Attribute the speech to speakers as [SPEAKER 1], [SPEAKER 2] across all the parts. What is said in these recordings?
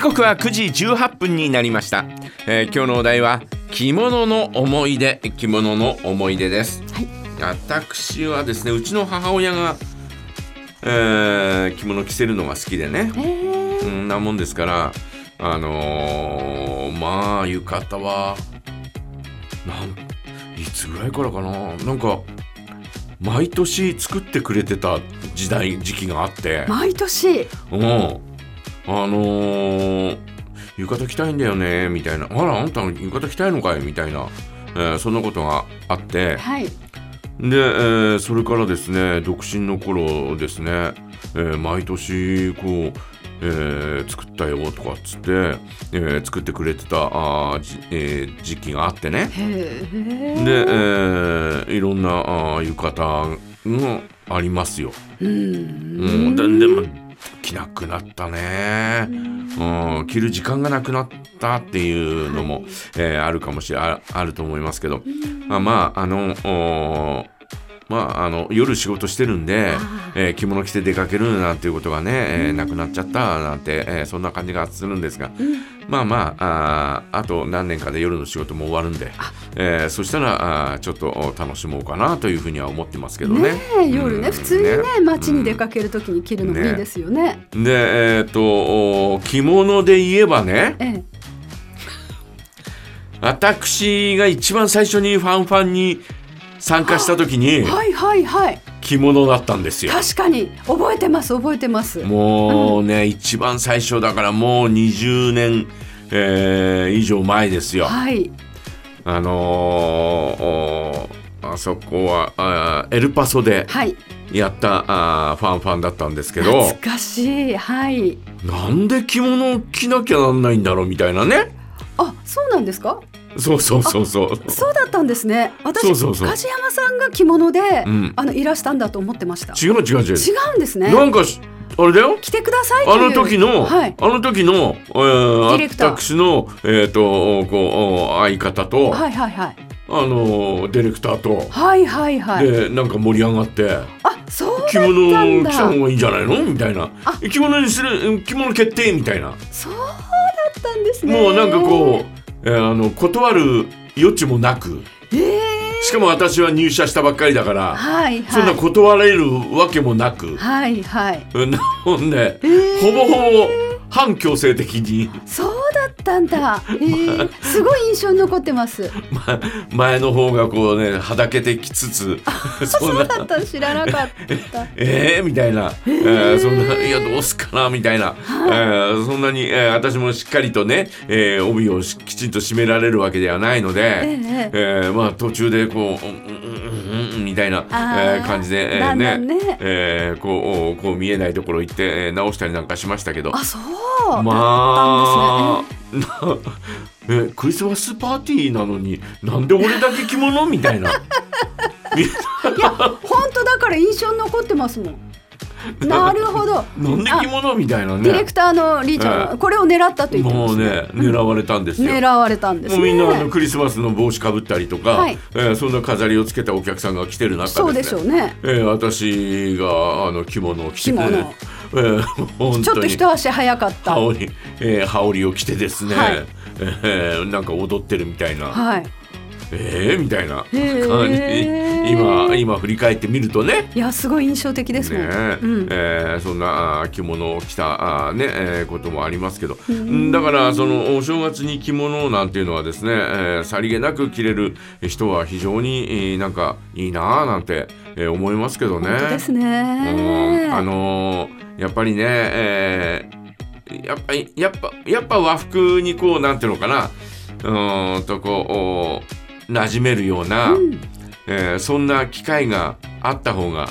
[SPEAKER 1] 刻は9時18分になりました、えー今日のお題は着物の思い出着物の思い出です、
[SPEAKER 2] はい
[SPEAKER 1] 私はですねうちの母親が、えー着物着せるのが好きでね
[SPEAKER 2] えー
[SPEAKER 1] そんなもんですからあのーまあ浴衣はなんいつぐらいからかななんか毎年作ってくれてた時代時期があって、
[SPEAKER 2] 毎年
[SPEAKER 1] うん。あのー浴衣着たいんだよね、みたいな。あら、あんた浴衣着たいのかいみたいな。えーそんなことがあって。
[SPEAKER 2] はい
[SPEAKER 1] で、えーそれからですね、独身の頃ですね、えー毎年、こう、えー作ったよとかっつって、えー作ってくれてたあーじ、えー時期があってね。
[SPEAKER 2] へー
[SPEAKER 1] で、えーいろんなあー浴衣もありますよ。
[SPEAKER 2] うん
[SPEAKER 1] うん、ででも着なくなったね、うん、着る時間がなくなったっていうのも、えーあるかもしれああると思いますけど、あまああのおまああの夜仕事してるんで
[SPEAKER 2] あ、
[SPEAKER 1] えー着物着て出かけるなんていうことがね、えーなくなっちゃったなんて、えーそんな感じがするんですが、まあまああーあと何年かで夜の仕事も終わるんで、えーそしたらあーちょっと楽しもうかなというふうには思ってますけどね。
[SPEAKER 2] ねえ夜ね
[SPEAKER 1] うん
[SPEAKER 2] 普通にね街に出かけるときに着るのもいいですよね
[SPEAKER 1] でえっ、とお着物で言えばね
[SPEAKER 2] ええ
[SPEAKER 1] 私が一番最初にファンファンに参加した時に
[SPEAKER 2] はいはいはい
[SPEAKER 1] 着物だったんですよ。
[SPEAKER 2] 確かに覚えてます覚えてます
[SPEAKER 1] もうね一番最初だからもう20年、えー以上前ですよ。
[SPEAKER 2] はい
[SPEAKER 1] あのーおあそこはあエルパソで
[SPEAKER 2] はい
[SPEAKER 1] やったあファンファンだったんですけど
[SPEAKER 2] 懐かしいはい
[SPEAKER 1] なんで着物を着なきゃなんないんだろうみたいなね。
[SPEAKER 2] あそうなんですか
[SPEAKER 1] そうそうそうそう。
[SPEAKER 2] そうだったんですね私
[SPEAKER 1] そうそうそう
[SPEAKER 2] 梶山さんが着物で、
[SPEAKER 1] ん
[SPEAKER 2] あのいらしたんだと思ってました
[SPEAKER 1] 違う違う違う。
[SPEAKER 2] 違うんですね
[SPEAKER 1] なんかしあれだよ
[SPEAKER 2] 来てくださいと
[SPEAKER 1] あ
[SPEAKER 2] いう
[SPEAKER 1] の時の、
[SPEAKER 2] はい
[SPEAKER 1] あの時の、えー
[SPEAKER 2] ディレクター
[SPEAKER 1] 私の、えー、とこう相方と、
[SPEAKER 2] はいはいはい
[SPEAKER 1] あのディレクターと、
[SPEAKER 2] はいはいはい
[SPEAKER 1] でなんか盛り上がって
[SPEAKER 2] あそうだっ
[SPEAKER 1] 着
[SPEAKER 2] た
[SPEAKER 1] 物
[SPEAKER 2] ん
[SPEAKER 1] を着た方
[SPEAKER 2] だ
[SPEAKER 1] がいいんじゃないのみたいな
[SPEAKER 2] あ
[SPEAKER 1] 着物にするうん着物決定みたいな、
[SPEAKER 2] そうだったんですね
[SPEAKER 1] もうなんかこう、えーあの断る余地もなく
[SPEAKER 2] うえ
[SPEAKER 1] しかも私は入社したばっかりだから、
[SPEAKER 2] ー、はいはい
[SPEAKER 1] そんな断れるわけもなく、
[SPEAKER 2] はいはい
[SPEAKER 1] うんなもんで、
[SPEAKER 2] ー
[SPEAKER 1] ほぼほぼ反強制的に。
[SPEAKER 2] そうだったんだ、えー、すごい印象に残ってます
[SPEAKER 1] ま前の方がこうねはだけてきつつそん
[SPEAKER 2] そう
[SPEAKER 1] な
[SPEAKER 2] だった知らなかった
[SPEAKER 1] えー、みたいな、えーそんないやどうすっかなみたいな、えーそんなに、えー私もしっかりとね、えー帯をしきちんと締められるわけではないので、
[SPEAKER 2] ええ
[SPEAKER 1] えーまあ途中でこう、うんうんうんうん、みたいな、え
[SPEAKER 2] あー
[SPEAKER 1] ー感じで、えー
[SPEAKER 2] だんだんね
[SPEAKER 1] えーこうこう見えないところ行って、えー直したりなんかしましたけど
[SPEAKER 2] あそう
[SPEAKER 1] まあ、 えクリスマスパーティーなのになんで俺だけ着物みたい な
[SPEAKER 2] 本当だから印象に残ってますもん。なるほど。
[SPEAKER 1] なんで着
[SPEAKER 2] あ
[SPEAKER 1] 物みたいな
[SPEAKER 2] ディレ
[SPEAKER 1] ね
[SPEAKER 2] クターのリーちゃん、
[SPEAKER 1] ええ
[SPEAKER 2] これを狙ったと言ってま
[SPEAKER 1] も
[SPEAKER 2] す
[SPEAKER 1] うね狙われたんですよ。
[SPEAKER 2] 狙われたんです
[SPEAKER 1] も
[SPEAKER 2] ね。
[SPEAKER 1] うみんなあのクリスマスの帽子かぶったりとか、
[SPEAKER 2] はい
[SPEAKER 1] えーそんな飾りをつけたお客さんが来てる中です、ね、
[SPEAKER 2] そうでしょうね。
[SPEAKER 1] えー私があの着物を着て、
[SPEAKER 2] 着物
[SPEAKER 1] えー本当に
[SPEAKER 2] ちょっと一足早かった。
[SPEAKER 1] 羽
[SPEAKER 2] は
[SPEAKER 1] 織、えー羽織を着てですね、
[SPEAKER 2] はい
[SPEAKER 1] えーなんか踊ってるみたいな、
[SPEAKER 2] い。
[SPEAKER 1] えー、みたいな
[SPEAKER 2] へー
[SPEAKER 1] 感じ 今今振り返ってみるとね
[SPEAKER 2] いやすごい印象的ですもん。
[SPEAKER 1] ねえ
[SPEAKER 2] うん。
[SPEAKER 1] えーそんなあー着物を着たあーね、えーこともありますけどだからそのお正月に着物なんていうのはですね、えーさりげなく着れる人は非常にえーなんかいいなあなんて、えー思いますけどね。
[SPEAKER 2] 本当ですね。
[SPEAKER 1] うんあのーやっぱりね、えーやっぱりやっぱやっぱ和服にこうなんていうのかなうーんとこうお馴染めるような、
[SPEAKER 2] うん
[SPEAKER 1] えーそんな機会があった方が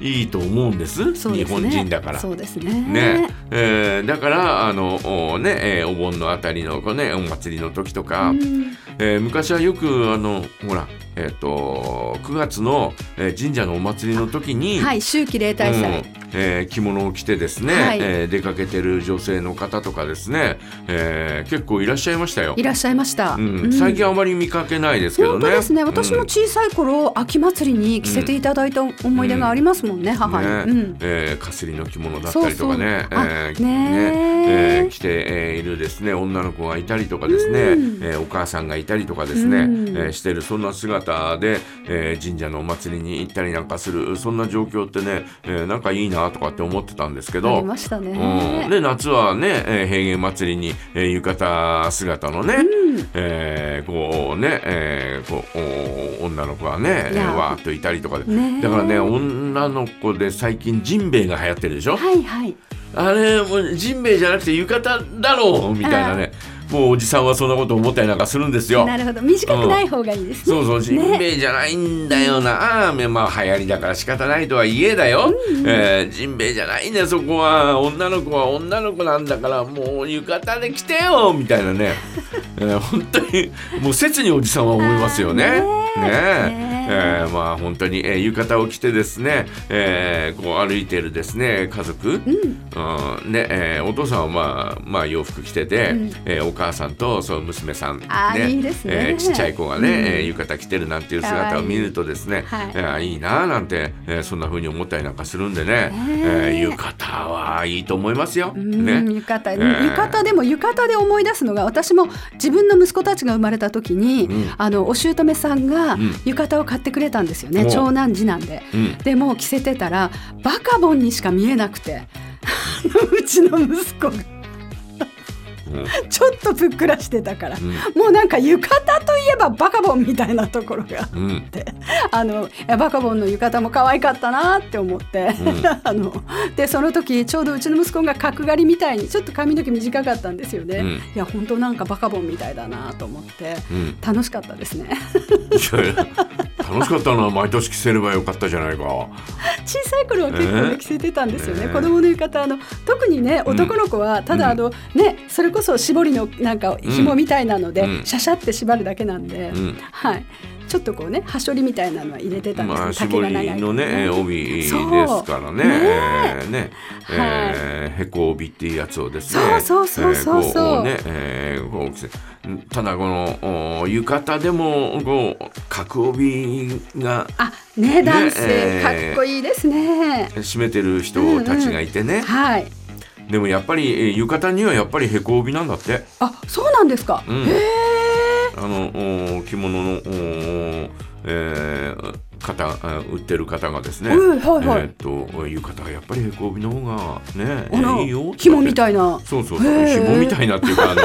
[SPEAKER 1] いいと思うんです
[SPEAKER 2] そう
[SPEAKER 1] 日
[SPEAKER 2] ですね
[SPEAKER 1] 本人だから。
[SPEAKER 2] そうですね。
[SPEAKER 1] ねえーだからあのおね、えーお盆のあたりのこう、ね、お祭りの時とか、
[SPEAKER 2] うん
[SPEAKER 1] えー昔はよくあのほらえっ、と9月の、えー神社のお祭りの時に、
[SPEAKER 2] はい、秋季例大祭。
[SPEAKER 1] うんえー着物を着てですね、
[SPEAKER 2] はい
[SPEAKER 1] えー出かけてる女性の方とかですね、えー結構いらっしゃいましたよ
[SPEAKER 2] い。らっしゃいました。
[SPEAKER 1] うん
[SPEAKER 2] うん
[SPEAKER 1] 最近あまり見かけないですけどね。
[SPEAKER 2] 本当ですね。私も
[SPEAKER 1] うん
[SPEAKER 2] 小さい頃、秋祭りに着せていただいた思い出がありますもんね、母に。
[SPEAKER 1] ね
[SPEAKER 2] うん。
[SPEAKER 1] えーかすりの着物だったりとかね
[SPEAKER 2] そうそうあ
[SPEAKER 1] えー
[SPEAKER 2] ねえ
[SPEAKER 1] えー着て、えーいるですね女の子がいたりとかですね、
[SPEAKER 2] うん
[SPEAKER 1] えーお母さんがいたりとかですね、
[SPEAKER 2] うん
[SPEAKER 1] えーしてるそんな姿で、えー神社のお祭りに行ったりなんかするそんな状況ってね、えーなんかいいなとかって思ってたんですけ
[SPEAKER 2] あ
[SPEAKER 1] ど
[SPEAKER 2] り。ましたね。
[SPEAKER 1] うん、で夏はね、えー平原祭りに、えー浴衣姿のね、えーこうね、えーこうお女の子がね、え
[SPEAKER 2] いや
[SPEAKER 1] ーわーっといたりとかで、
[SPEAKER 2] ねえ
[SPEAKER 1] だからね女の子で最近ジンベエが流行ってるでしょ、
[SPEAKER 2] はいはい。
[SPEAKER 1] あれもうジンベエじゃなくて浴衣だろうみたいなねもうおじさんはそんなこと思ったりなんかするんですよ。
[SPEAKER 2] なるほど。短くない方がいいですね。
[SPEAKER 1] そうそう、ジンベエじゃないんだよな、あーまあ流行りだから仕方ないとはいえだよ、えージンベエじゃないんだよそこは女の子は女の子なんだからもう浴衣で着てよみたいなね、えー本当にもう切におじさんは思いますよね。ね
[SPEAKER 2] あーね
[SPEAKER 1] え
[SPEAKER 2] えね
[SPEAKER 1] えーまあ本当に、えー浴衣を着てですね、えーこう歩いてるですね家族、うんねえーお父さんは、まあ、まあ洋服着てて、
[SPEAKER 2] うん
[SPEAKER 1] えーお母さんとその娘さん、ね
[SPEAKER 2] あーいいですね
[SPEAKER 1] えーちっちゃい子がね、えー浴衣着てるなんていう姿を見るとですね
[SPEAKER 2] かわいい
[SPEAKER 1] えーいいなあなんて、えーそんな風に思ったりなんかするんでね、
[SPEAKER 2] え
[SPEAKER 1] えー浴衣はいいと思いますよ。
[SPEAKER 2] うん
[SPEAKER 1] ね
[SPEAKER 2] 浴衣、
[SPEAKER 1] ええ
[SPEAKER 2] 浴衣でも浴衣で思い出すのが私も自分の息子たちが生まれた時に、
[SPEAKER 1] うん
[SPEAKER 2] あのお姑さんが
[SPEAKER 1] ん
[SPEAKER 2] 浴衣を買ってくれたんですよね、
[SPEAKER 1] お
[SPEAKER 2] 長男次男で。
[SPEAKER 1] うん
[SPEAKER 2] でもう着せてたらバカボンにしか見えなくて あのうちの息子が
[SPEAKER 1] うん
[SPEAKER 2] ちょっとぷっくらしてたから、
[SPEAKER 1] ん
[SPEAKER 2] もうなんか浴衣といえばバカボンみたいなところが
[SPEAKER 1] うん
[SPEAKER 2] あのいやバカボンの浴衣も可愛かったなって思って、
[SPEAKER 1] うん
[SPEAKER 2] あのでその時ちょうどうちの息子が角刈りみたいにちょっと髪の毛短かったんですよね、
[SPEAKER 1] うん
[SPEAKER 2] いや本当なんかバカボンみたいだなと思って
[SPEAKER 1] うん
[SPEAKER 2] 楽しかったですね
[SPEAKER 1] いやいや楽しかったな毎年着せればよかったじゃないか。
[SPEAKER 2] 小さい頃は結構ね
[SPEAKER 1] ええ
[SPEAKER 2] 着せてたんですよね、
[SPEAKER 1] ええ
[SPEAKER 2] 子供の浴衣あの特にね男の子はただあの、ねそれこそ絞りのなんか紐みたいなので、
[SPEAKER 1] うん
[SPEAKER 2] シャシャって縛るだけなんで、
[SPEAKER 1] うん
[SPEAKER 2] はいちょっとこうね端折りみたいなのは入れてたんです
[SPEAKER 1] まあ、
[SPEAKER 2] けど、
[SPEAKER 1] 絞りのね、えー帯ですからね。
[SPEAKER 2] そう
[SPEAKER 1] えーね、
[SPEAKER 2] はい
[SPEAKER 1] えーへこ帯っていうやつをですね。
[SPEAKER 2] そうそうそうそうそう
[SPEAKER 1] えーこね、えーこう着せただこのお浴衣でもこう角帯が
[SPEAKER 2] あね男性、
[SPEAKER 1] ねええ
[SPEAKER 2] かっこいいですね
[SPEAKER 1] 締めてる人たちがいてね。
[SPEAKER 2] はい
[SPEAKER 1] でもやっぱりえー浴衣にはやっぱりへこ帯なんだって。
[SPEAKER 2] あそうなんですか、
[SPEAKER 1] うん
[SPEAKER 2] へえ
[SPEAKER 1] あのお着物のおえー方あ売ってる方がですね、
[SPEAKER 2] うんはいはい
[SPEAKER 1] えーっと浴衣はやっぱりへこ帯の方がね、え
[SPEAKER 2] あら
[SPEAKER 1] ーいいよ
[SPEAKER 2] 紐み
[SPEAKER 1] い
[SPEAKER 2] たいな
[SPEAKER 1] そうそうそう
[SPEAKER 2] へー
[SPEAKER 1] 紐みたいなっていうかあの、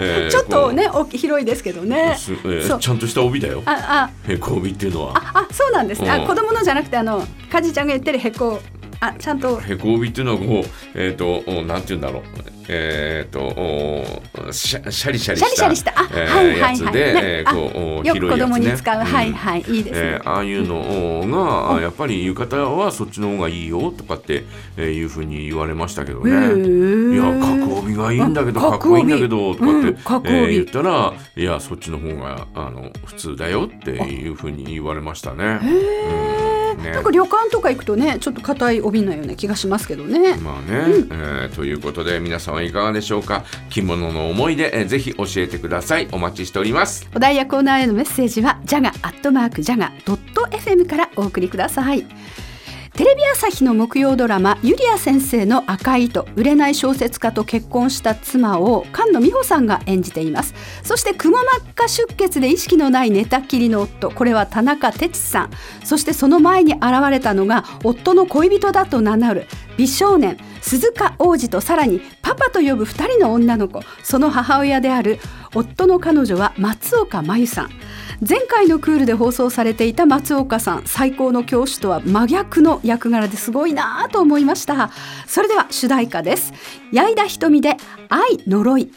[SPEAKER 1] えー
[SPEAKER 2] ちょっとね大き広いですけど
[SPEAKER 1] こう
[SPEAKER 2] ね
[SPEAKER 1] すえー
[SPEAKER 2] そう
[SPEAKER 1] ちゃんとした帯だよ
[SPEAKER 2] あ
[SPEAKER 1] へこ帯っていうのは
[SPEAKER 2] あああそうなんですね
[SPEAKER 1] う
[SPEAKER 2] あ
[SPEAKER 1] ん
[SPEAKER 2] 子供のじゃなくてあのかじちゃんが言ってるへこあちゃんと
[SPEAKER 1] へこ帯っていうのはこうえーっとおなんて言うんだろうえーっとおシャシャリシャリ
[SPEAKER 2] シャリ
[SPEAKER 1] し
[SPEAKER 2] シャ
[SPEAKER 1] た
[SPEAKER 2] リしたあ、
[SPEAKER 1] えー
[SPEAKER 2] はいはい
[SPEAKER 1] や
[SPEAKER 2] は
[SPEAKER 1] つ
[SPEAKER 2] い、
[SPEAKER 1] で、
[SPEAKER 2] ね
[SPEAKER 1] え
[SPEAKER 2] あ
[SPEAKER 1] ーこうお
[SPEAKER 2] よ
[SPEAKER 1] 広いや
[SPEAKER 2] く
[SPEAKER 1] つ
[SPEAKER 2] 子供に
[SPEAKER 1] ね
[SPEAKER 2] 使
[SPEAKER 1] う
[SPEAKER 2] う、
[SPEAKER 1] ん
[SPEAKER 2] はいはいいいですね
[SPEAKER 1] え、ーああいうのが、あやっぱり浴衣はそっちの方がいいよとかってえーいうふうに言われましたけどね。い
[SPEAKER 2] へえ
[SPEAKER 1] や角帯がいいんだけど
[SPEAKER 2] あ
[SPEAKER 1] かっこいいんだけどとかって、
[SPEAKER 2] うん角帯
[SPEAKER 1] えー言ったらいやそっちの方があの普通だよっていうふうに言われましたね。うんね
[SPEAKER 2] なんか旅館とか行くとねちょっと硬い帯のような気がしますけどね、
[SPEAKER 1] まあね、えーということで皆さんはいかがでしょうか着物の思い出、えーぜひ教えてくださいお待ちしております。
[SPEAKER 2] お題やコーナーへのメッセージはジャガアットマークジャガドット FM からお送りくださいテレビ朝日の木曜ドラマ「ゆりあ先生の赤い糸」売れない小説家と結婚した妻を菅野美穂さんが演じていますそしてくも膜下出血で意識のない寝たきりの夫これは田中哲さんそしてその前に現れたのが夫の恋人だと名乗る美少年鈴鹿王子とさらにパパと呼ぶ2人の女の子その母親である夫の彼女は松岡真由さん前回のクールで放送されていた松岡さん最高の教師とは真逆の役柄ですごいなぁと思いましたそれでは主題歌です矢井田瞳で愛呪い